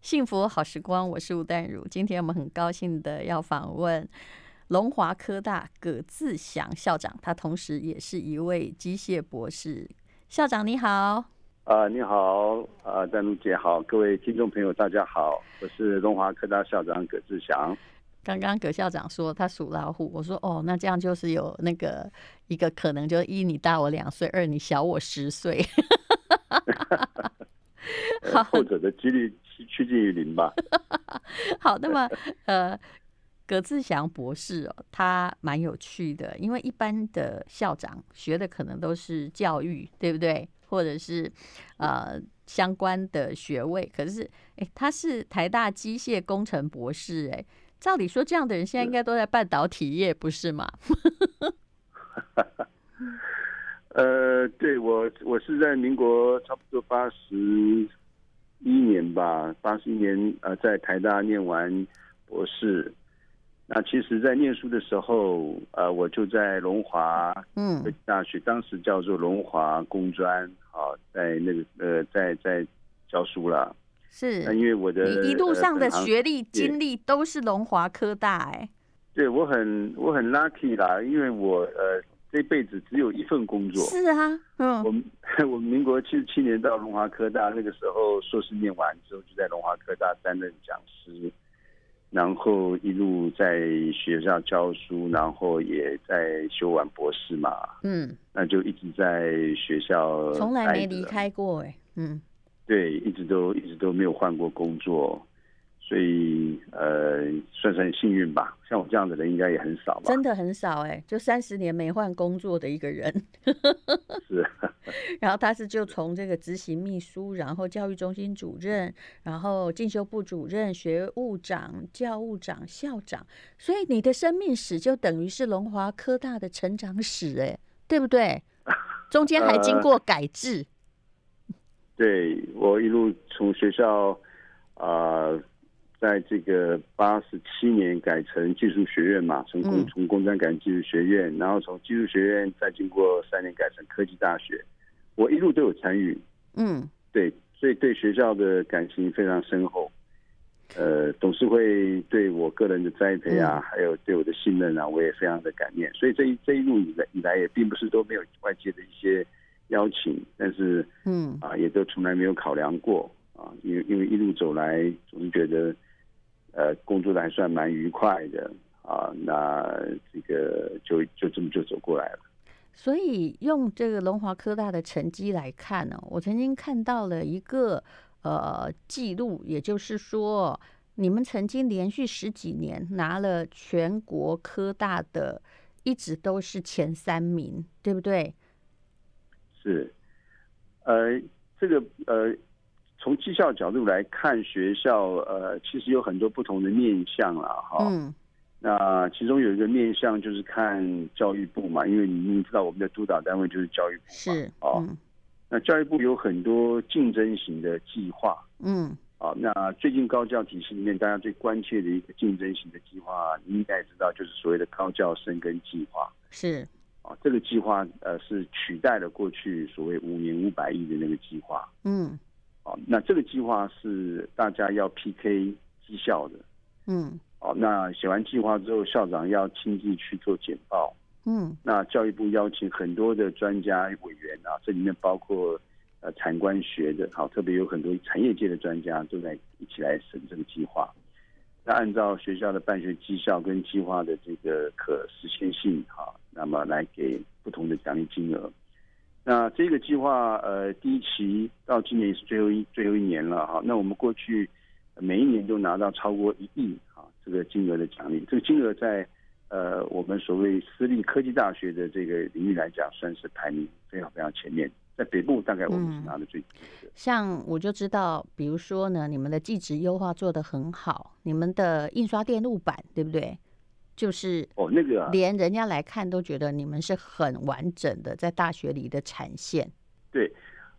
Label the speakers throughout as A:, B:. A: 幸福好时光，我是吴淡如。今天我们很高兴的要访问龙华科大葛自祥校长，他同时也是一位机械博士。校长你好，
B: 啊、你好，啊、丹如姐好，各位听众朋友大家好，我是龙华科大校长葛志祥。
A: 刚刚葛校长说他属老虎，我说哦，那这样就是有那个一个可能，就是一你大我两岁，二你小我十岁。
B: 呃
A: 好
B: 后者的几率趋趋近于零吧？
A: 好，那么呃，葛志祥博士哦，他蛮有趣的，因为一般的校长学的可能都是教育，对不对？或者是呃相关的学位，可是哎，他是台大机械工程博士，哎，照理说这样的人现在应该都在半导体业，不是吗？
B: 呃，对我，我是在民国差不多八十一年吧，八十一年呃，在台大念完博士。那其实，在念书的时候，呃，我就在龙华
A: 嗯
B: 科技大学，当时叫做龙华工专，啊，在那个呃，在在教书了。那
A: 是
B: 因为我的
A: 你一路
B: 呃
A: 上的
B: 本行
A: 学历
B: 业
A: 经历都是龙华科大，哎，
B: 对我很我很 lucky 啦，因为我呃这辈子只有一份工作。
A: 是啊，嗯
B: 我们 呃我民国七十七年到龙华科大，那个时候硕士念完之后，就在龙华科大担任讲师，然后一路在学校教书，然后也在修完博士嘛，
A: 嗯，
B: 那就一直在学校
A: 从来没
B: 待着
A: 离开过，哎，嗯
B: 对，一直都一直都没有换过工作，所以呃，算是很幸运吧。像我这样的人应该也很少吧？
A: 真的很少哎、就三十年没换工作的一个人。
B: 是，
A: 然后他是就从这个执行秘书，然后教育中心主任，然后进修部主任、学务长、教务长、校长，所以你的生命史就等于是龙华科大的成长史哎、对不对？中间还经过改制，
B: 对我一路从学校啊、呃在这个八十七年改成技术学院嘛，从工
A: 嗯
B: 从工专改成技术学院，然后从技术学院再经过三年改成科技大学，我一路都有参与，
A: 嗯，
B: 对，所以对学校的感情非常深厚。呃，董事会对我个人的栽培啊，
A: 嗯
B: 还有对我的信任啊，我也非常的感念。所以这一这一路以来以来，也并不是都没有外界的一些邀请，但是
A: 嗯
B: 啊，也都从来没有考量过啊，因为因为一路走来，总是觉得呃，工作的还算蛮愉快的啊，那这个就就这么就走过来了。
A: 所以用这个龙华科大的成绩来看呢、我曾经看到了一个呃记录，也就是说，你们曾经连续十几年拿了全国科大的，一直都是前三名，对不对？
B: 是，呃，这个呃，从绩效角度来看，学校呃，其实有很多不同的面向啦，哈、
A: 嗯
B: 那其中有一个面向就是看教育部嘛，因为你你知道我们的督导单位就是教育部嘛，
A: 是，
B: 哦
A: 嗯
B: 那教育部有很多竞争型的计划。
A: 嗯
B: 啊，那最近高教体系里面，大家最关切的一个竞争型的计划，你应该也知道，就是所谓的高教生根计划
A: 是，
B: 啊。这个计划呃是取代了过去所谓五年五百亿的那个计划
A: 嗯
B: 啊。那这个计划是大家要 PK 绩效的
A: 嗯
B: 啊。那写完计划之后，校长要亲自去做简报。
A: 嗯
B: 那教育部邀请很多的专家委员啊，这里面包括呃产官学的，好，特别有很多产业界的专家都在一起来审这个计划。那按照学校的办学绩效跟计划的这个可实现性哈、那么来给不同的奖励金额。那这个计划呃第一期到今年是最后一最后一年了哈、那我们过去每一年都拿到超过一亿啊这个金额的奖励，这个金额在呃我们所谓私立科技大学的这个领域来讲，算是排名非常非常前面，在北部大概我们是拿的最低的。
A: 像我就知道，比如说呢，你们的技职优化做得很好，你们的印刷电路板，对不对？就是
B: 哦，那个、啊、
A: 连人家来看都觉得你们是很完整的在大学里的产线。
B: 对，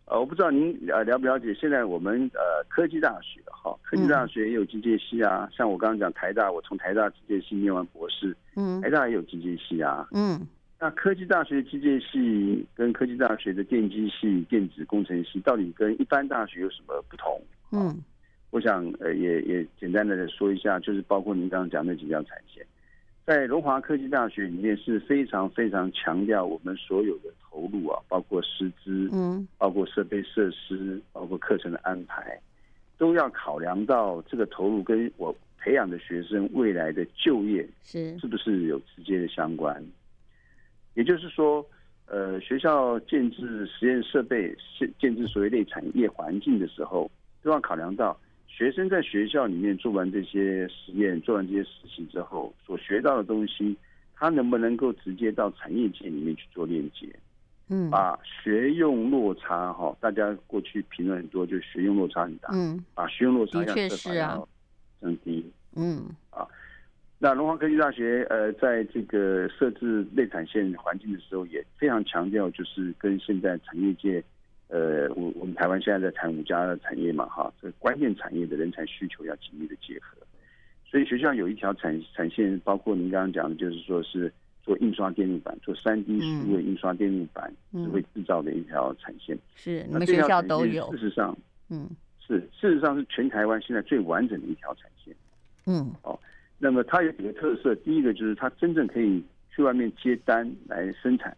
B: 呃，我不知道您呃了不了解，现在我们呃科技大学哈，科
A: 嗯
B: 技大学也有机械系啊，像我刚刚讲台大，我从台大机械系念完博士，
A: 嗯
B: 台大也有机械系啊。
A: 嗯
B: 那科技大学的机械系跟科技大学的电机系、电子工程系到底跟一般大学有什么不同？
A: 嗯
B: 我想呃也也简单的说一下，就是包括您刚刚讲那几条产线，在龙华科技大学里面是非常非常强调我们所有的投入啊，包括师资，
A: 嗯
B: 包括设备设施，包括课程的安排，都要考量到这个投入跟我培养的学生未来的就业
A: 是
B: 是不是有直接的相关。也就是说，呃，学校建制实验设备、是建制所谓类产业环境的时候，都要考量到学生在学校里面做完这些实验、做完这些实习之后所学到的东西，他能不能够直接到产业界里面去做链接。
A: 嗯
B: 把学用落差哈，大家过去评论很多，就学用落差很大，
A: 嗯
B: 把学用落差
A: 的
B: 要
A: 确
B: 设法
A: 是啊
B: 要降低。
A: 嗯
B: 那龙华科技大学呃，在这个设置内产线环境的时候，也非常强调，就是跟现在产业界，呃，我我们台湾现在在谈五家的产业嘛，哈，这个关键产业的人才需求要紧密的结合。所以学校有一条产产线，包括您刚刚讲的，就是说是做印刷电路板，做三 D
A: 嗯
B: 数位印刷电路板
A: 嗯
B: 智慧制造的一条产线。
A: 是你
B: 那
A: 们
B: 啊这
A: 学
B: 条
A: 校
B: 产
A: 都
B: 线
A: 有
B: 事实上
A: 嗯
B: 是，事实上是全台湾现在最完整的一条产线。
A: 嗯
B: 那么它有几个特色，第一个就是它真正可以去外面接单来生产。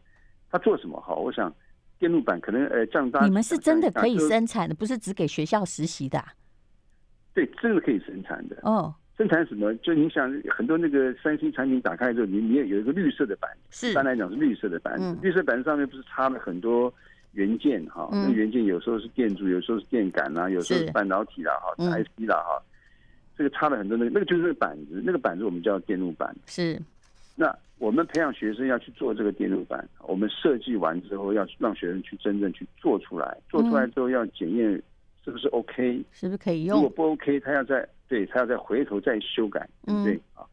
B: 它做什么好？我想电路板可能呃，这样大家
C: 你们是真的可以
B: 想象一下
C: 生产的，不是只给学校实习的啊、
B: 就是对，真的可以生产的。
C: 哦，
B: 生产什么？就你想很多那个三 C 产品打开之后，你你也有一个绿色的板，
A: 是
B: 一般来讲是绿色的板子
A: 嗯，
B: 绿色板子上面不是插了很多元件哈？
A: 嗯
B: 那元件有时候是电阻，有时候是电感啊啦，有时候是半导体啦哈
A: 嗯
B: ，IC 啦哈，这个插了很多那个那个就是那个板子，那个板子我们叫电路板。
A: 是
B: 那我们培养学生要去做这个电路板，我们设计完之后要让学生去真正去做出来，做出
A: 嗯
B: 来之后要检验是不是 OK，
A: 是不是可以
B: 如果
A: 用？
B: 不 OK，他要再对他要再回头再修改，对不对
A: 嗯
B: 啊？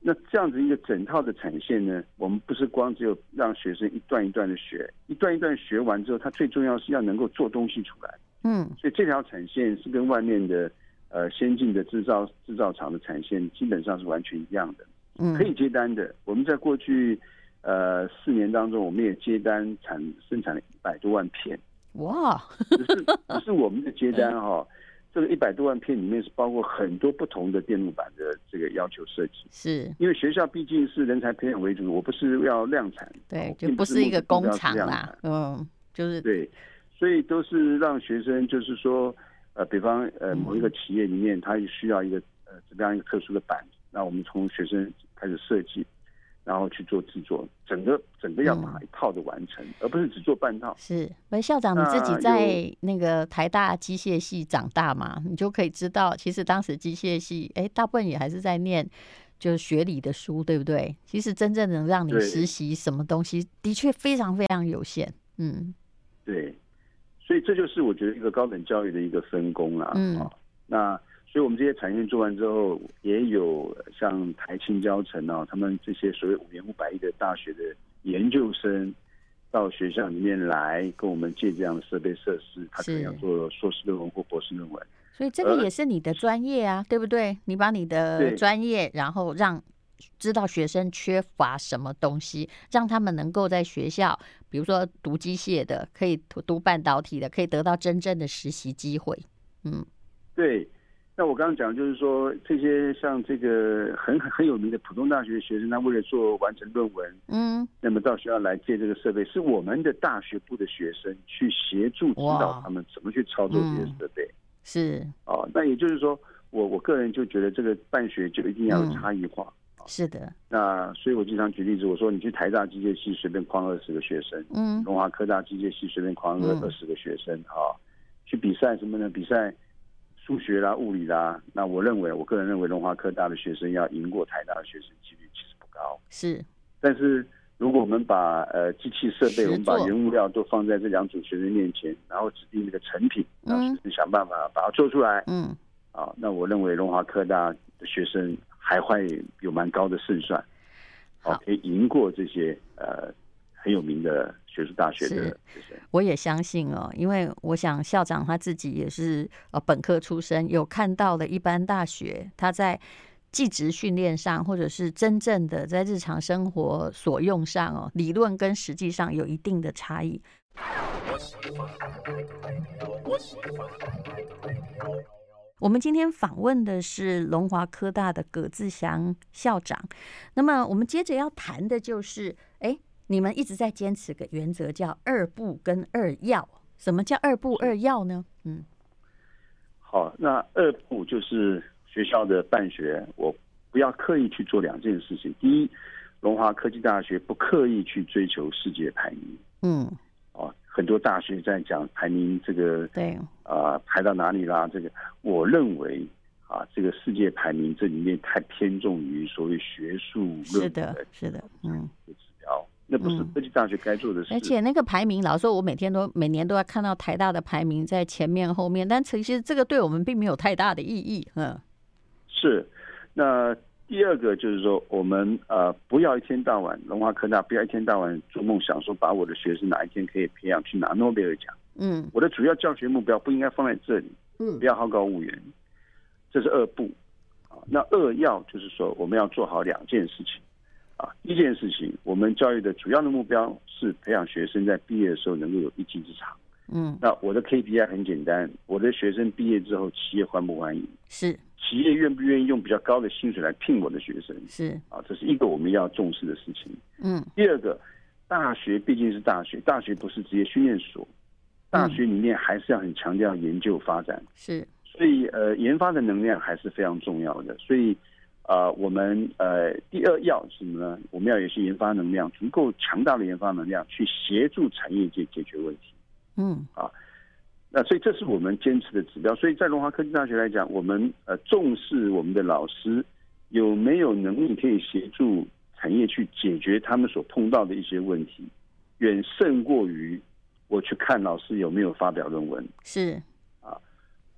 B: 那这样子一个整套的产线呢，我们不是光只有让学生一段一段的学，一段一段学完之后，他最重要是要能够做东西出来。
A: 嗯
B: 所以这条产线是跟外面的呃先进的制造制造厂的产线基本上是完全一样的。
A: 嗯
B: 可以接单的。我们在过去呃四年当中，我们也接单产生产了一百多万片，
A: 哇
B: 只是只是我们的接单哈、这个一百多万片里面是包括很多不同的电路板的这个要求设计。
A: 是
B: 因为学校毕竟是人才培养为主，我不是要量产，
A: 对
B: 我，
A: 就
B: 哦并
A: 不是一个
B: 目
A: 工
B: 标是
A: 厂
B: 量产
A: 啦，嗯，就是
B: 对，所以都是让学生就是说，呃，比方呃某一个企业里面，它需要一个呃怎么样一个特殊的板，那我们从学生开始设计，然后去做制作，整个整个要把它一套的完成，而不是只做半套。
A: 是，喂，校长你自己
B: 那
A: 在那个台大机械系长大嘛，你就可以知道，其实当时机械系，哎，大部分也还是在念就是学理的书，对不对？其实真正能让你
B: 对
A: 实习什么东西，的确非常非常有限。嗯
B: 对，所以这就是我觉得一个高等教育的一个分工啦。
A: 嗯
B: 啊，那所以我们这些产业做完之后，也有像台青教城啊，他们这些所谓五年五百亿的大学的研究生。到学校里面来跟我们借这样的设备设施，他可能
A: 是
B: 要做硕士论文或博士论文。
A: 所以这个
B: 呃
A: 也是你的专业啊，对不对？你把你的
B: 对
A: 专业，然后让知道学生缺乏什么东西，让他们能够在学校，比如说读机械的，可以读读半导体的，可以得到真正的实习机会。嗯，
B: 对，那我刚刚讲就是说，这些像这个很很有名的普通大学的学生，他为了做完成论文，
A: 嗯，
B: 那么到学校来借这个设备，是我们的大学部的学生去协助指
A: 哇
B: 导他们怎么去操作这些设备。
A: 嗯是
B: 哦，那也就是说，我我个人就觉得这个办学就一定要有
A: 嗯
B: 差异化。
A: 是的，
B: 那所以我经常举例子，我说你去台大机械系随便框二十个学生，
A: 嗯
B: 龙华科大机械系随便框了
A: 嗯
B: 二十个学生啊，去比赛什么呢？比赛数学啦、物理啦。那我认为，我个人认为，龙华科大的学生要赢过台大的学生几率其实不高。
A: 是
B: 但是如果我们把呃机器设
A: 实
B: 备，
A: 作
B: 我们把原物料都放在这两组学生面前，然后指定那个成品，
A: 嗯
B: 让学生想办法把它做出来
A: 嗯
B: 啊，那我认为龙华科大的学生还会有蛮高的胜算，
A: 好
B: 哦、可以赢过这些呃很有名的学术大学的
A: 是
B: 学生。
A: 我也相信哦，因为我想校长他自己也是呃本科出身，有看到了一般大学他在技职训练上，或者是真正的在日常生活所用上哦，理论跟实际上有一定的差异。我们今天访问的是龙华科大的葛志祥校长。那么我们接着要谈的就是，哎，你们一直在坚持个原则叫二不跟二要。什么叫二不二要呢？嗯，
B: 好，那二步就是学校的办学，我不要刻意去做两件事情。第一，龙华科技大学不刻意去追求世界排名
A: 嗯，
B: 啊，很多大学在讲排名这个
A: 对，
B: 啊、排到哪里啦？这个我认为啊，这个世界排名这里面太偏重于所谓学术
A: 是
B: 论
A: 的
B: 文，
A: 是的，嗯。
B: 指标，那不是
A: 嗯
B: 科技大学该做的事。
A: 而且那个排名，老实说，我每天都每年都要看到台大的排名在前面、后面，但其实这个对我们并没有太大的意义。嗯，
B: 是，那第二个就是说，我们呃不要一天到晚，龙华科大不要一天到晚做梦想说把我的学生哪一天可以培养去拿诺贝尔奖。
A: 嗯
B: 我的主要教学目标不应该放在这里，
A: 嗯
B: 不要好高骛远，这是二不啊。那二要就是说，我们要做好两件事情啊。第一件事情，我们教育的主要的目标是培养学生在毕业的时候能够有一技之长。
A: 嗯，
B: 那我的 KPI 很简单，我的学生毕业之后，企业欢不欢迎？
A: 是
B: 企业愿不愿意用比较高的薪水来聘我的学生
A: 是，
B: 啊？这是一个我们要重视的事情。
A: 嗯
B: 第二个，大学毕竟是大学，大学不是职业训练所，大学里面还是要很强调研究发展，
A: 是，
B: 所以呃，研发的能量还是非常重要的。所以呃，我们呃第二要是什么呢？我们要有一些研发能量，足够强大的研发能量去协助产业界解决问题。
A: 嗯
B: 那所以这是我们坚持的指标。所以在龙华科技大学来讲，我们呃重视我们的老师有没有能力可以协助产业去解决他们所碰到的一些问题，远胜过于我去看老师有没有发表论文。
A: 是，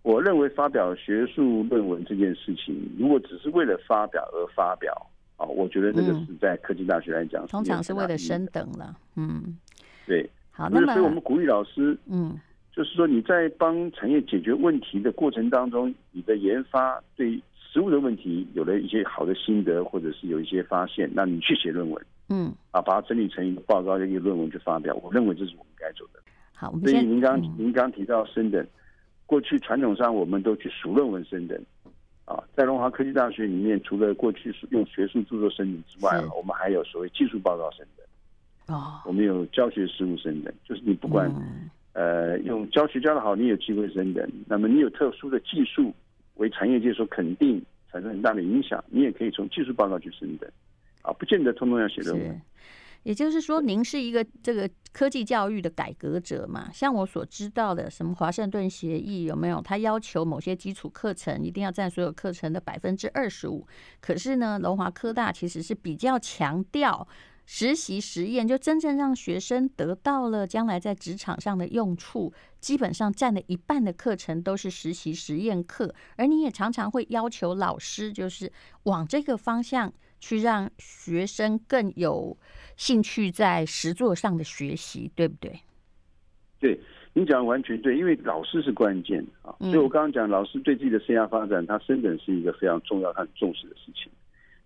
B: 我认为发表学术论文这件事情，如果只是为了发表而发表啊，我觉得这个
A: 嗯
B: 是在科技大学来讲，
A: 通常是为了升等了。嗯，
B: 对。
A: 好，
B: 所
A: 那
B: 以所以我们
A: 么
B: 鼓励老师
A: 嗯
B: 就是说你在帮产业解决问题的过程当中，你的研发对实物的问题有了一些好的心得，或者是有一些发现，那你去写论文
A: 嗯，
B: 啊，把它整理成一个报告，一个论文去发表。我认为这是我们该做的。
A: 好，我们
B: 所以
A: 先
B: 您刚
A: 嗯
B: 您刚提到升等，过去传统上我们都去数论文升等。啊，在龙华科技大学里面，除了过去用学术著作升等之外
A: 是，
B: 我们还有所谓技术报告升等，
A: 哦，
B: 我们有教学实务升等，就是你不
A: 不
B: 管呃，用教学教得好，你有机会升等；那么你有特殊的技术为产业界所肯定，产生很大的影响，你也可以从技术报告去升等，啊，不见得通通要写论文
A: 是。，也就是说，您是一个这个科技教育的改革者嘛？像我所知道的，什么华盛顿协议有没有？它要求某些基础课程一定要占所有课程的百分之二十五。可是呢，龙华科大其实是比较强调实习实验，就真正让学生得到了将来在职场上的用处。基本上占了一半的课程都是实习实验课，而你也常常会要求老师就是往这个方向去让学生更有兴趣在实作上的学习，对不对？
B: 对，你讲得完全对，因为老师是关键啊，
A: 嗯
B: 所以我刚刚讲，老师对自己的生涯发展，他升等是一个非常重要、他很重视的事情。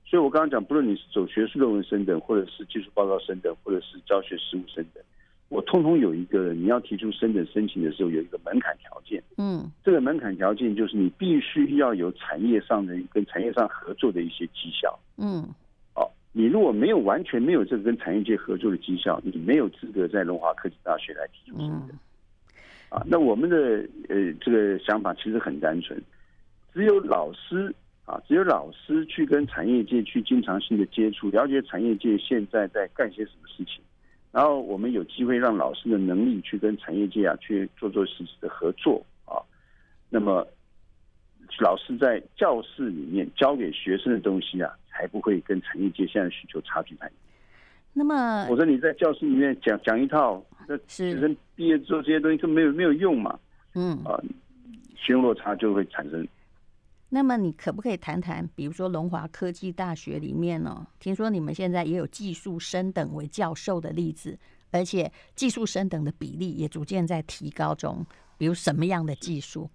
B: 所以我刚刚讲，不论你是走学术论文升等，或者是技术报告升等，或者是教学实务升等，我通通有一个你要提出升等申请的时候有一个门槛条件。
A: 嗯
B: 这个门槛条件就是你必须要有产业上的跟产业上合作的一些绩效。
A: 嗯
B: 哦，你如果没有完全没有这个跟产业界合作的绩效，你没有资格在龙华科技大学来提出申请
A: 嗯
B: 啊。那我们的呃这个想法其实很单纯，只有老师啊，只有老师去跟产业界去经常性的接触，了解产业界现在在干些什么事情。然后我们有机会让老师的能力去跟产业界啊去做做实质的合作啊，那么老师在教室里面教给学生的东西啊，才不会跟产业界现在需求差距太远。
A: 那么
B: 我说你在教室里面讲讲一套，那学
A: 是
B: 生毕业之后这些东西根本没有没有用嘛，
A: 嗯，
B: 啊，学用落差就会产生。
A: 那么你可不可以谈谈，比如说龙华科技大学里面呢、听说你们现在也有技术升等为教授的例子，而且技术升等的比例也逐渐在提高中。比如什么样的技术？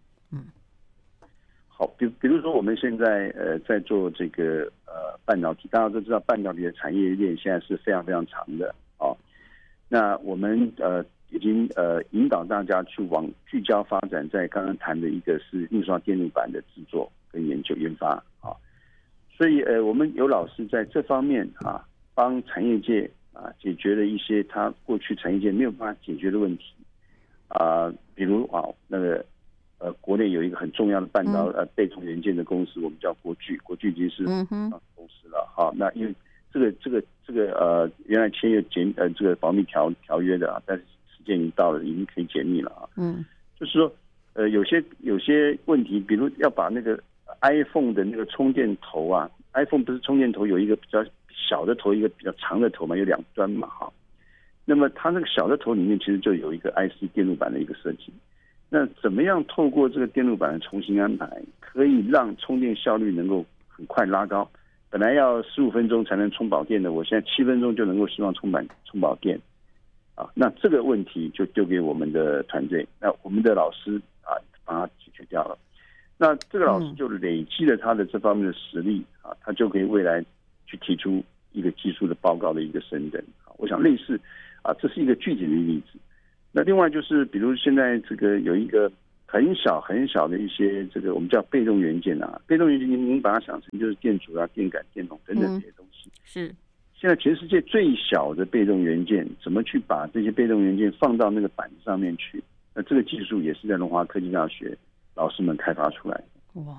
B: 好，比比如说我们现在呃在做这个呃半导体，大家都知道半导体的产业链现在是非常非常长的啊、哦。那我们呃已经呃引导大家去往聚焦发展，在刚刚谈的一个是印刷电路板的制作跟研究研发啊，所以呃我们有老师在这方面啊，帮产业界啊解决了一些他过去产业界没有办法解决的问题啊，比如啊那个呃国内有一个很重要的半导呃被动元件的公司，我们叫国巨，国巨已经是
A: 嗯哼，
B: 啊公司了哈、那因为这个这个这个呃，原来签约解呃这个保密条条约的啊，但是时间已经到了，已经可以解密了啊。
A: 嗯
B: 就是说，呃，有些有些问题，比如要把那个 iPhone 的那个充电头啊，iPhone 不是充电头有一个比较小的头，一个比较长的头嘛，有两端嘛哈。那么它那个小的头里面其实就有一个 IC 电路板的一个设计。那怎么样透过这个电路板的重新安排，可以让充电效率能够很快拉高？本来要十五分钟才能充饱电的，我现在七分钟就能够希望充满充饱电。啊，那这个问题就丢给我们的团队，那我们的老师啊，把它解决掉了。那这个老师
A: 嗯
B: 就累积了他的这方面的实力啊，他就可以未来去提出一个技术的报告的一个升等。啊我想类似啊，这是一个具体的例子。那另外就是，比如现在这个有一个很小很小的一些这个我们叫被动元件啊，被动元件您您把它想成就是电阻啊、电感、电容等等
A: 嗯
B: 这些东西。
A: 是
B: 现在全世界最小的被动元件，怎么去把这些被动元件放到那个板子上面去？那这个技术也是在龙华科技大学老师们开发出来的。
A: 哇，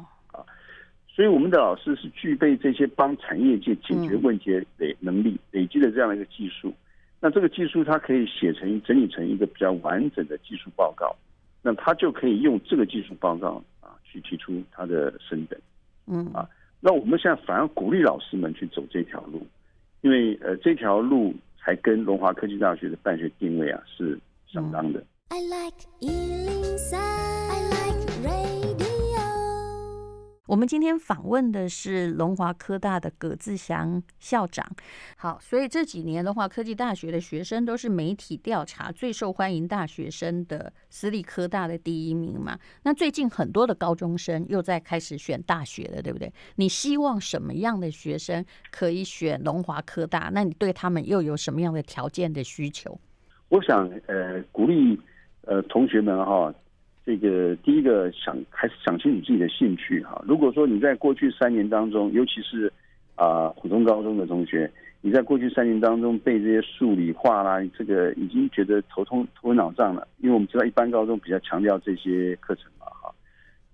B: 所以我们的老师是具备这些帮产业界解决问题的累能力，累积了这样的一个技术。那这个技术它可以写成整理成一个比较完整的技术报告，那他就可以用这个技术报告啊去提出他的升等。
A: 嗯
B: 啊那我们现在反而鼓励老师们去走这条路，因为呃这条路才跟龙华科技大学的办学定位啊是相当的。
D: I like Ealing Sound. I like radio.
C: 我们今天访问的是龙华科大的葛志祥校长，
A: 好，所以这几年的话，科技大学的学生都是媒体调查最受欢迎大学生的私立科大的第一名嘛。那最近很多的高中生又在开始选大学了，对不对？你希望什么样的学生可以选龙华科大？那你对他们又有什么样的条件的需求？
B: 我想呃鼓励呃同学们哈、这个第一个想还是想清楚自己的兴趣哈、如果说你在过去三年当中，尤其是啊、普通高中的同学，你在过去三年当中被这些数理化啦，这个已经觉得头痛头昏脑胀了，因为我们知道一般高中比较强调这些课程嘛哈、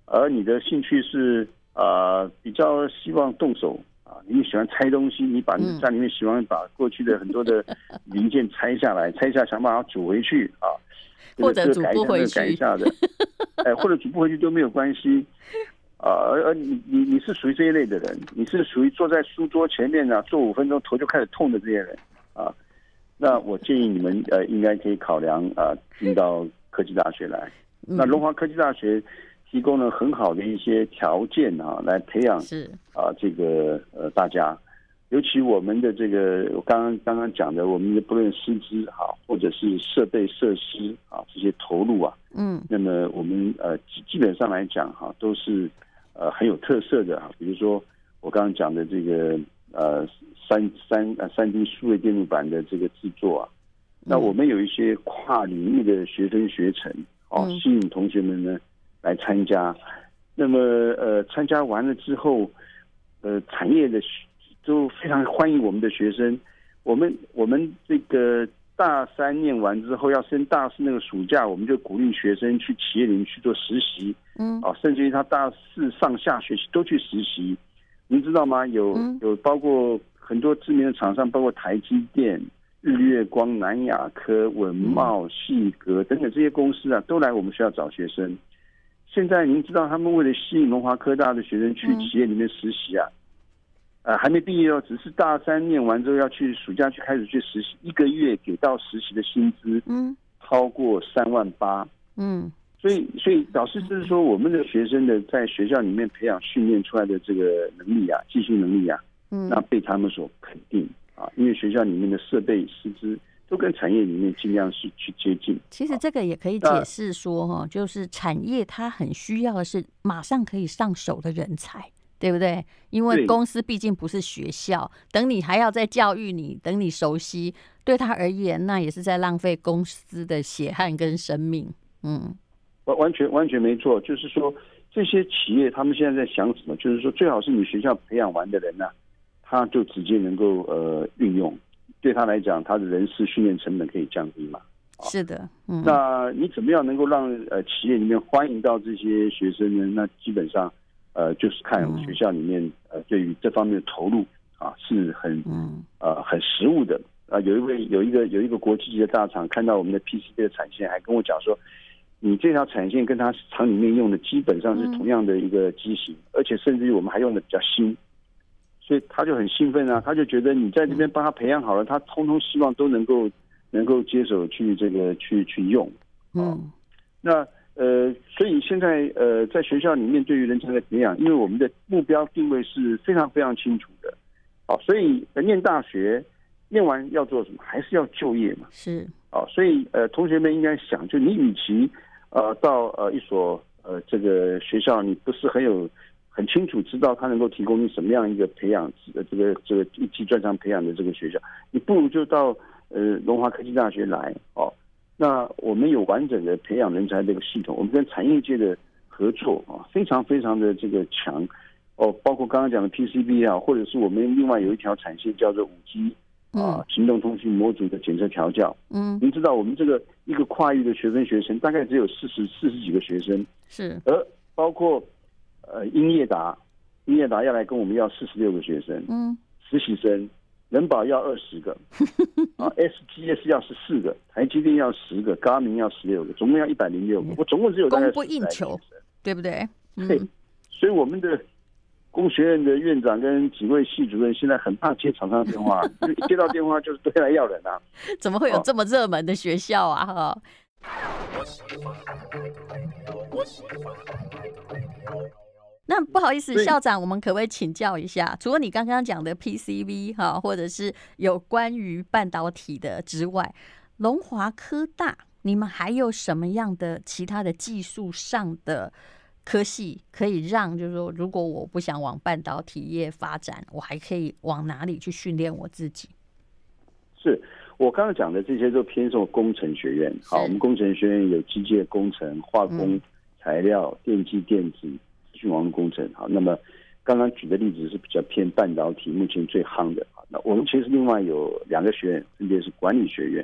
B: 而你的兴趣是呃比较希望动手啊，你喜欢拆东西，你把你
A: 嗯
B: 家里面喜欢把过去的很多的零件拆下来，拆下想把它组回去啊，这 个
A: 或者
B: 这个
A: 组
B: 改一
A: 不
B: 下那
A: 回
B: 个改一
A: 去
B: 下的，哎，或者组不回去都没有关系。啊，而而你你你是属于这一类的人，你是属于坐在书桌前面啊，坐五分钟头就开始痛的这些人啊。那我建议你们呃，应该可以考量啊、进到科技大学来。
A: 嗯
B: 那龙华科技大学提供了很好的一些条件啊，来培养
A: 是
B: 啊这个呃大家，尤其我们的这个我刚刚刚刚讲的，我们的不论师资啊，或者是设备设施啊这些投入啊，
A: 嗯
B: 那么我们呃基基本上来讲哈、都是呃很有特色的啊，比如说我刚刚讲的这个呃三三呃三 D 数位电路板的这个制作啊，那我们有一些跨领域的学生学程哦，
A: 嗯
B: 吸引同学们呢来参加。那么呃，参加完了之后，呃，产业的学都非常欢迎我们的学生。我们我们这个大三念完之后要升大四那个暑假，我们就鼓励学生去企业里面去做实习
A: 嗯
B: 啊，甚至于他大四上下学期都去实习。您知道吗？有
A: 嗯
B: 有包括很多知名的厂商，包括台积电、日月光、南亚科、文茂、细格等等这些公司啊，都来我们学校找学生。现在您知道，他们为了吸引龙华科大的学生去
A: 嗯
B: 企业里面实习啊，呃，还没毕业哦，只是大三念完之后要去暑假去开始去实习，一个月给到实习的薪资
A: 嗯
B: 超过三万八。
A: 嗯
B: 所以，所以老师就是说，我们的学生的在学校里面培养训练出来的这个能力啊，技术能力啊，
A: 嗯
B: 那被他们所肯定啊，因为学校里面的设备、师资都跟产业里面尽量是去接近。
C: 其实这个也可以
B: 那
C: 解释说，哈，就是产业它很需要的是马上可以上手的人才，
A: 对不对？因为
B: 对
A: 公司毕竟不是学校，等你还要再教育你，等你熟悉，对他而言，那也是在浪费公司的血汗跟生命。嗯，
B: 完完全完全没错，就是说这些企业他们现在在想什么？就是说最好是你学校培养完的人呢、他就直接能够呃运用，对他来讲，他的人事训练成本可以降低嘛。
A: 是的，嗯，
B: 那你怎么样能够让呃企业里面欢迎到这些学生呢？那基本上呃就是看
A: 嗯
B: 学校里面呃对于这方面的投入啊是很
A: 嗯，
B: 呃很实务的啊、有一位有一个有一个国际级的大厂看到我们的 PCB 的产线，还跟我讲说，你这条产线跟它厂里面用的基本上是同样的一个机型，而且甚至于我们还用的比较新，所以他就很兴奋啊，他就觉得你在这边帮他培养好了，他通通希望都能够能够接手去这个去去用。
A: 嗯，
B: 那呃，所以现在呃，在学校里面对于人才的培养，因为我们的目标定位是非常非常清楚的，好、所以、呃、念大学念完要做什么，还是要就业嘛，
A: 是，
B: 啊、所以呃，同学们应该想，就你与其呃到呃一所呃这个学校，你不是很有很清楚知道它能够提供你什么样一个培养呃这个这个一技专长培养的这个学校，你不如就到呃龙华科技大学来哦。那我们有完整的培养人才这个系统，我们跟产业界的合作啊，非常非常的这个强哦，包括刚刚讲的 PCB 啊，或者是我们另外有一条产线叫做五 G 啊
A: 嗯，
B: 行动通讯模组的检测调教。
A: 嗯，
B: 您知道我们这个一个跨域的学分学生大概只有四十四十几个学生，
A: 是，
B: 而包括呃英业达，英业达要来跟我们要四十六个学生，
A: 嗯，
B: 实习生，人保要二 十个，啊，SGS 要十四个，台积电要十个，高明要十六个，总共要一百零六个，我总共只有大概
A: 嗯供不应求对不对？嗯
B: 对，所以我们的工学院的院长跟几位系主任现在很怕接厂商 电话，就是接到电话就是对来要人啊。
A: 怎么会有
B: 哦
A: 这么热门的学校啊？哈，那不好意思，
B: 所以
A: 校长，我们可不可以请教一下？除了你刚刚讲的 PCB 哈，或者是有关于半导体的之外，龙华科大，你们还有什么样的其他的技术上的科系可以让，就是说，如果我不想往半导体业发展，我还可以往哪里去训练我自己？
B: 是我刚刚讲的这些都偏重工程学院。好，我们工程学院有机械工程、化工、材料、电机、电子、资讯网络工程。好，那么刚刚举的例子是比较偏半导体，目前最夯的。好那我们其实另外有两个学院，分别是管理学院。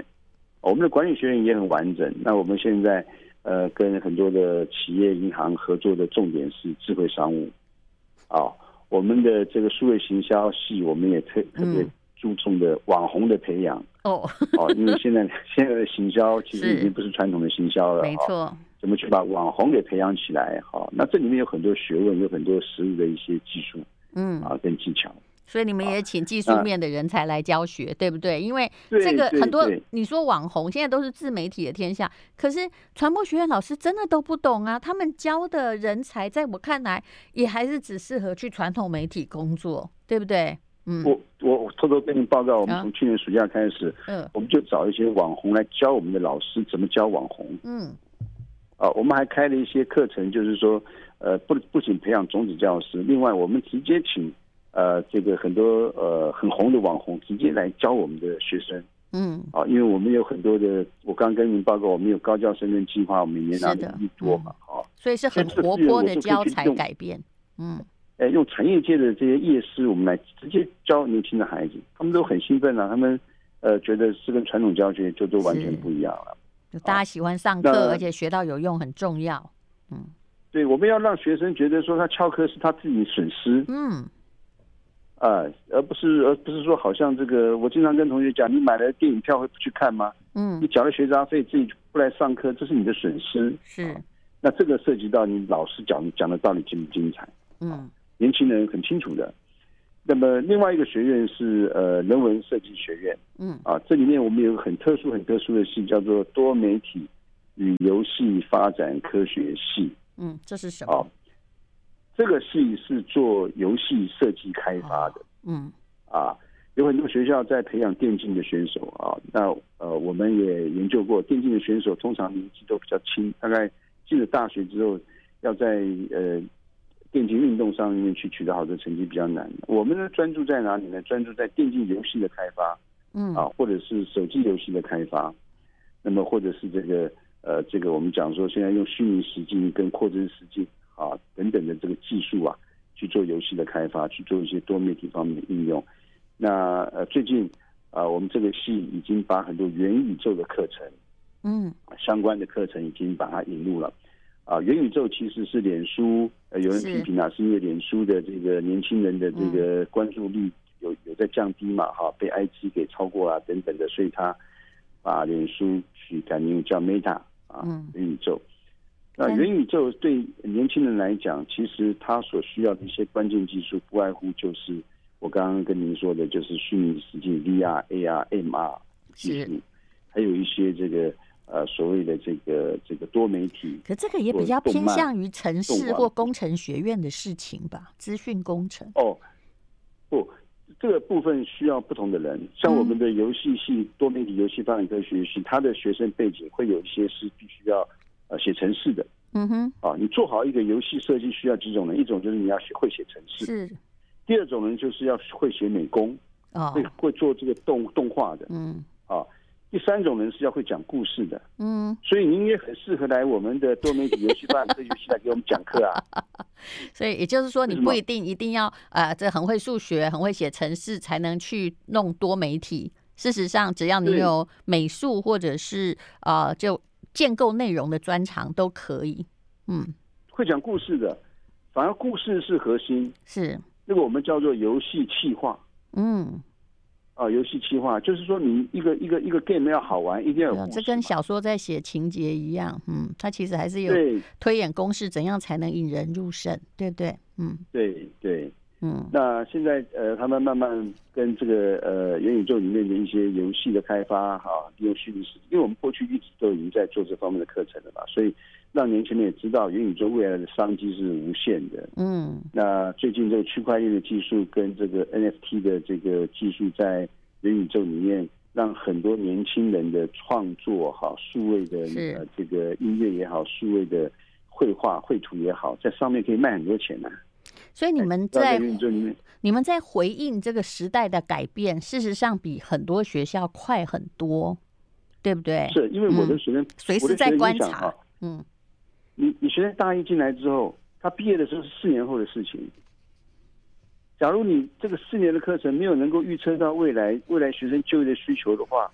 B: 哦我们的管理学院也很完整。那我们现在呃跟很多的企业、银行合作的重点是智慧商务。啊、我们的这个数位行销系，我们也特特别
A: 嗯
B: 注重的网红的培养。
A: 哦，
B: 哦，因为现在现在的行销其实
A: 是
B: 已经不是传统的行销了，
A: 没
B: 哦，
A: 错，
B: 怎么去把网红给培养起来？好、那这里面有很多学问，有很多实务的一些技术
A: 嗯，
B: 啊跟技巧。
A: 所以你们也请技术
B: 啊那
A: 面的人才来教学，对不对？因为
B: 对
A: 这个
B: 对
A: 很多嗯
B: 对，
A: 你说网红现在都是自媒体的天下，可是传播学院老师真的都不懂啊。他们教的人才，在我看来，也还是只适合去传统媒体工作，对不对？嗯，
B: 我我我偷偷跟你报告，我们
A: 啊
B: 从去年暑假开始，
A: 嗯
B: 我们就找一些网红来教我们的老师怎么教网红
A: 嗯，
B: 啊。我们还开了一些课程，就是说，呃，不不仅培养种子教师，另外我们直接请呃这个很多呃很红的网红直接来教我们的学生。
A: 嗯，
B: 啊，因为我们有很多的，我刚跟您报告，我们有高教生跟计划，我们每年拿
A: 是
B: 的
A: 的嗯
B: 一多嘛，啊，
A: 所以是很
B: 所以这个
A: 活
B: 资源
A: 泼
B: 我
A: 的
B: 是可以
A: 教
B: 去
A: 材
B: 用
A: 改变，嗯，
B: 呃，用产业界的这些业师，我们来直接教年轻的孩子，他们都很兴奋啊，他们呃觉得是跟传统教学就都完全
A: 是
B: 不一样了。
A: 就大家喜欢上
B: 那
A: 课，而且学到有用很重要，嗯
B: 对，我们要让学生觉得说他翘课是他自己损失
A: 嗯，
B: 啊、而不是而不是说好像这个，我经常跟同学讲，你买了电影票会不去看吗？
A: 嗯
B: 你缴了学杂费自己不来上课，这是你的损失。
A: 是，
B: 那这个涉及到你老师讲讲的道理精不精彩。
A: 嗯
B: 年轻人很清楚的。那么另外一个学院是呃人文设计学院
A: 嗯
B: 啊，这里面我们有一个很特殊、很特殊的系，叫做多媒体与游戏发展科学系
A: 嗯，这是什
B: 啊
A: 么？。
B: 这个系是做游戏设计开发的
A: 嗯
B: 啊，有很多学校在培养电竞的选手啊。那呃，我们也研究过，电竞的选手通常年纪都比较轻，大概进了大学之后，要在呃电竞运动上面去取得好的成绩比较难。我们的专注在哪里呢？专注在电竞游戏的开发
C: 嗯
B: 啊，或者是手机游戏的开发，那么或者是这个呃，这个我们讲说现在用虚拟实境跟扩增实境啊等等的这个技术啊，去做游戏的开发，去做一些多媒体方面的应用。那呃，最近啊、我们这个系已经把很多元宇宙的课程。
C: 嗯
B: 相关的课程已经把它引入了。啊，元宇宙其实是脸书，呃、有人
A: 是
B: 批评啊，是因为脸书的这个年轻人的这个关注率有有在降低嘛，哈、被 IG 给超过啊等等的，所以他把脸书取改名叫 Meta 啊，
C: 嗯
B: 元宇宙。那
C: 但
B: 元宇宙对年轻人来讲，其实他所需要的一些关键技术，不外乎就是我刚刚跟您说的，就是虚拟实境 VR、AR、MR 技术，还有一些这个呃所谓的这个这个多媒体。
C: 可这个也
B: 做
C: 比较
B: 动
C: 偏
B: 漫
C: 向于城
B: 动
C: 市
B: 画
C: 或工程学院的事情吧，资讯工程。
B: 哦，不，这个部分需要不同的人。像我们的游戏系、多媒体游戏发展科学系，他的学生背景会有一些是必须要呃写程式的
C: 嗯哼，
B: 啊。你做好一个游戏设计需要几种人，一种就是你要学会写程式，
C: 嗯是
B: 第二种人就是要会写美工，
C: 哦
B: 会，会做这个动动画的
C: 嗯
B: 啊。第三种人是要会讲故事的，
C: 嗯，
B: 所以您也很适合来我们的多媒体游戏发展科学系来给我们讲课啊。
A: 所以也就是说，你
B: 为什么
A: 不一定一定要呃，这很会数学、很会写程式才能去弄多媒体。事实上，只要你
B: 对
A: 有美术或者是呃，就建构内容的专长都可以。嗯，
B: 会讲故事的，反而故事是核心，
A: 是，
B: 那个我们叫做游戏企划
A: 嗯，
B: 啊，游戏企划就是说你一个一个一个 game 要好玩，一定要有
A: 对啊
B: 故事
A: 这跟
B: 嘛
A: 小说在写情节一样。嗯，它其实还是有
B: 对
A: 推演公式，怎样才能引人入胜，对不对？嗯
B: 对对。
A: 嗯，
B: 那现在呃，他们慢慢跟这个呃元宇宙里面的一些游戏的开发哈、利用虚拟实境，因为我们过去一直都已经在做这方面的课程了嘛，所以让年轻人也知道元宇宙未来的商机是无限的。
A: 嗯，
B: 那最近这个区块链的技术跟这个 NFT 的这个技术在元宇宙里面，让很多年轻人的创作哈，数位的
A: 是
B: 呃这个音乐也好，数位的绘画绘图也好，在上面可以卖很多钱呢、
A: 所以你们
B: 那
A: 在
B: 元宇宙里面，
A: 你们在回应这个时代的改变，事实上比很多学校快很多，对不对？
B: 是因为我的学生，
A: 嗯随时
B: 我的学
A: 在
B: 生
A: 观
B: 你想
A: 察
B: 哈，，
A: 嗯，
B: 你你学生大一进来之后，他毕业的时候是四年后的事情。假如你这个四年的课程没有能够预测到未来未来学生就业的需求的话，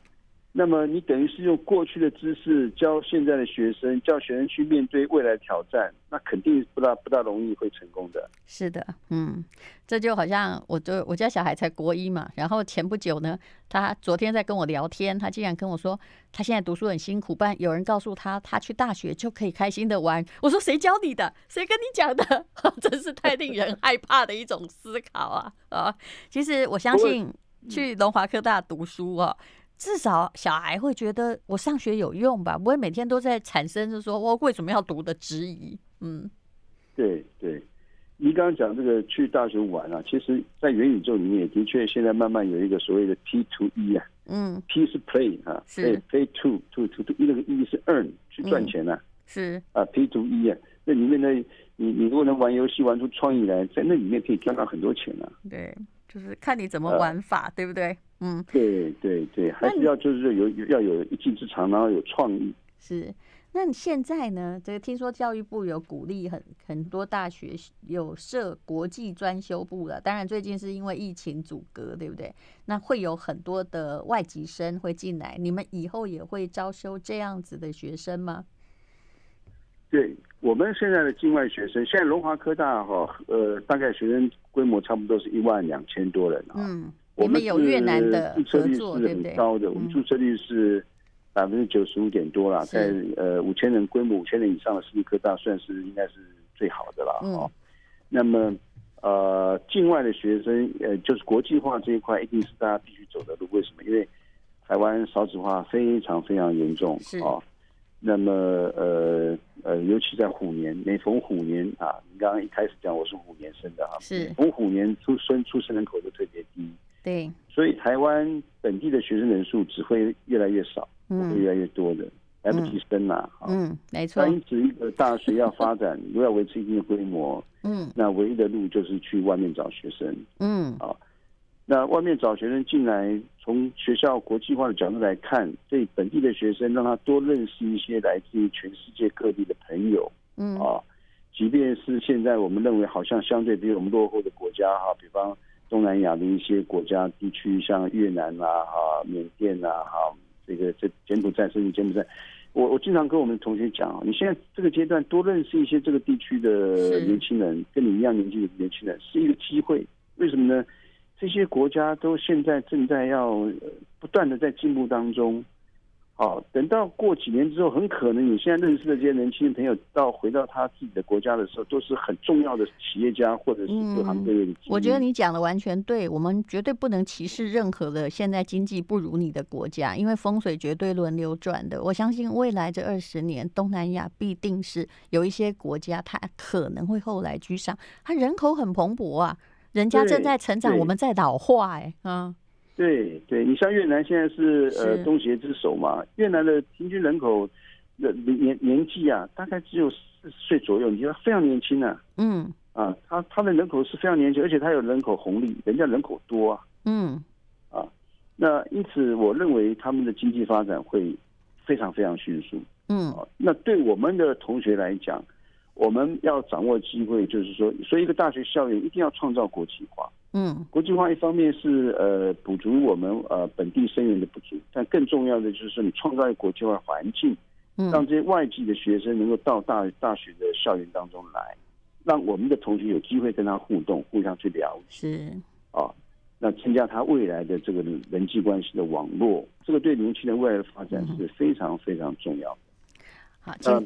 B: 那么你等于是用过去的知识教现在的学生，教学生去面对未来的挑战，那肯定不大不大容易会成功的。
A: 是的，嗯，这就好像我就我家小孩才国一嘛，然后前不久呢，他昨天在跟我聊天，他竟然跟我说，他现在读书很辛苦，不然有人告诉他，他去大学就可以开心的玩。我说谁教你的？谁跟你讲的？ 真是太令人害怕的一种思考啊！啊，其实我相
B: 不过
A: 信去龙华科大读书哦。至少小孩会觉得我上学有用吧，不会每天都在产生就说哦我为什么要读的质疑。嗯，
B: 对对，你刚刚讲这个去大学玩啊，其实，在元宇宙里面也的确现在慢慢有一个所谓的 P to E 啊，
A: 嗯，
B: P 是 play 啊，
A: 是
B: play play to to to to 那个 E 是 earn 去赚钱呐、
A: 是
B: 啊，p to E 啊，那里面呢，你你如果能玩游戏玩出创意来，在那里面可以赚到很多钱啊。
A: 对，就是看你怎么
B: 呃
A: 玩法，对不对？嗯，
B: 对对对，还是要就是说有有要有一技之长，然后有创意。
A: 是。那你现在呢？这个听说教育部有鼓励很很多大学有设国际专修部了，当然最近是因为疫情阻隔，对不对？那会有很多的外籍生会进来，你们以后也会招收这样子的学生吗？
B: 对我们现在的境外学生，现在龙华科大哈、呃，大概学生规模差不多是一万两千多人啊。
A: 嗯，
B: 我
A: 你
B: 们
A: 们有越南的
B: 是注册
A: 合
B: 率
A: 作，
B: 是
A: 对不对嗯
B: 很？高的，我们注册率是百分之九十五点多啦，
A: 是
B: 在呃五千人规模五千人以上的私立科大算是应该是最好的啦。
A: 嗯
B: 哦，那么呃，境外的学生呃，就是国际化这一块，一定是大家必须走的路。为什么？因为台湾少子化非常非常严重
A: 是
B: 哦。那么呃呃，尤其在虎年，每逢虎年啊，你刚刚一开始讲我是虎年生的啊，
A: 是
B: 每逢虎年出生出生人口就特别低，
A: 对，
B: 所以台湾本地的学生人数只会越来越少，不会
A: 嗯，
B: 越来越多的。来不及生啦、啊。
A: 嗯，没错
B: 那，因此，一个大学要发展， 如果要维持一定的规模，
A: 嗯
B: 那唯一的路就是去外面找学生。
A: 嗯
B: 那外面找学生进来，从学校国际化的角度来看，对本地的学生，让他多认识一些来自于全世界各地的朋友
A: 嗯
B: 啊。即便是现在我们认为好像相对比我们落后的国家哈、比方东南亚的一些国家地区，像越南啦、哈、缅甸啦、哈、这个这柬埔寨甚至柬埔寨，我我经常跟我们同学讲啊，你现在这个阶段多认识一些这个地区的
A: 是
B: 年轻人，跟你一样年纪的年轻人是一个机会，为什么呢？这些国家都现在正在要呃不断的在进步当中。好，等到过几年之后，很可能你现在认识的这些年轻朋友，到回到他自己的国家的时候，都是很重要的企业家或者是各行各业的精英。
A: 嗯我觉得你讲的完全对，我们绝对不能歧视任何的现在经济不如你的国家，因为风水绝对轮流转的。我相信未来这二十年，东南亚必定是有一些国家，它可能会后来居上，它人口很蓬勃啊，人家正
B: 对
A: 在成长，
B: 对
A: 我们在老化、哎，嗯
B: 对对，你像越南现在是呃
A: 是
B: 东协之首嘛，越南的平均人口的年年纪啊，大概只有四十岁左右，你觉得非常年轻啊
A: 嗯
B: 啊，他他的人口是非常年轻，而且他有人口红利，人家人口多啊。
A: 嗯
B: 那因此，我认为他们的经济发展会非常非常迅速
A: 嗯
B: 啊。那对我们的同学来讲，我们要掌握机会，就是说，所以一个大学校园一定要创造国际化。
A: 嗯
B: 国际化一方面是呃补足我们呃本地生源的不足，但更重要的就是说你创造一个国际化环境，
A: 嗯
B: 让这些外籍的学生能够到大大学的校园当中来，让我们的同学有机会跟他互动，互相去了解
A: 是
B: 啊，那增加他未来的这个人际关系的网络，这个对年轻人未来的发展是非常非常重要的。
A: 好，今
B: 那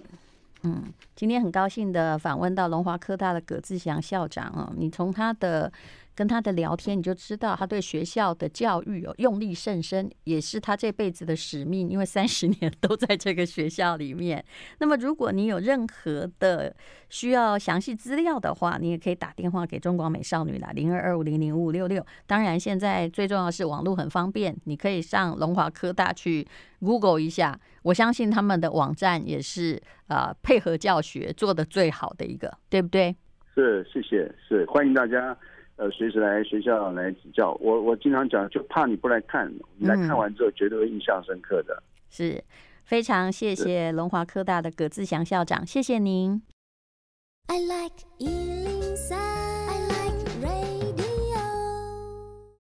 A: 嗯，今天很高兴的访问到龙华科大的葛志祥校长哦，你从他的跟他的聊天，你就知道他对学校的教育哦用力甚深，也是他这辈子的使命，因为三十年都在这个学校里面。那么，如果你有任何的需要详细资料的话，你也可以打电话给中广美少女啦，零二二五零零五五六六。当然，现在最重要的是网络很方便，你可以上龙华科大去 Google 一下，我相信他们的网站也是呃配合教学做的最好的一个，对不对？
B: 是，谢谢，是欢迎大家，呃，随时来学校来指教。我我经常讲，就怕你不来看，你来看完之后绝对会印象深刻的。
A: 是非常谢谢龙华科大的葛志祥校长，谢谢您。
D: I like Ealing Sound.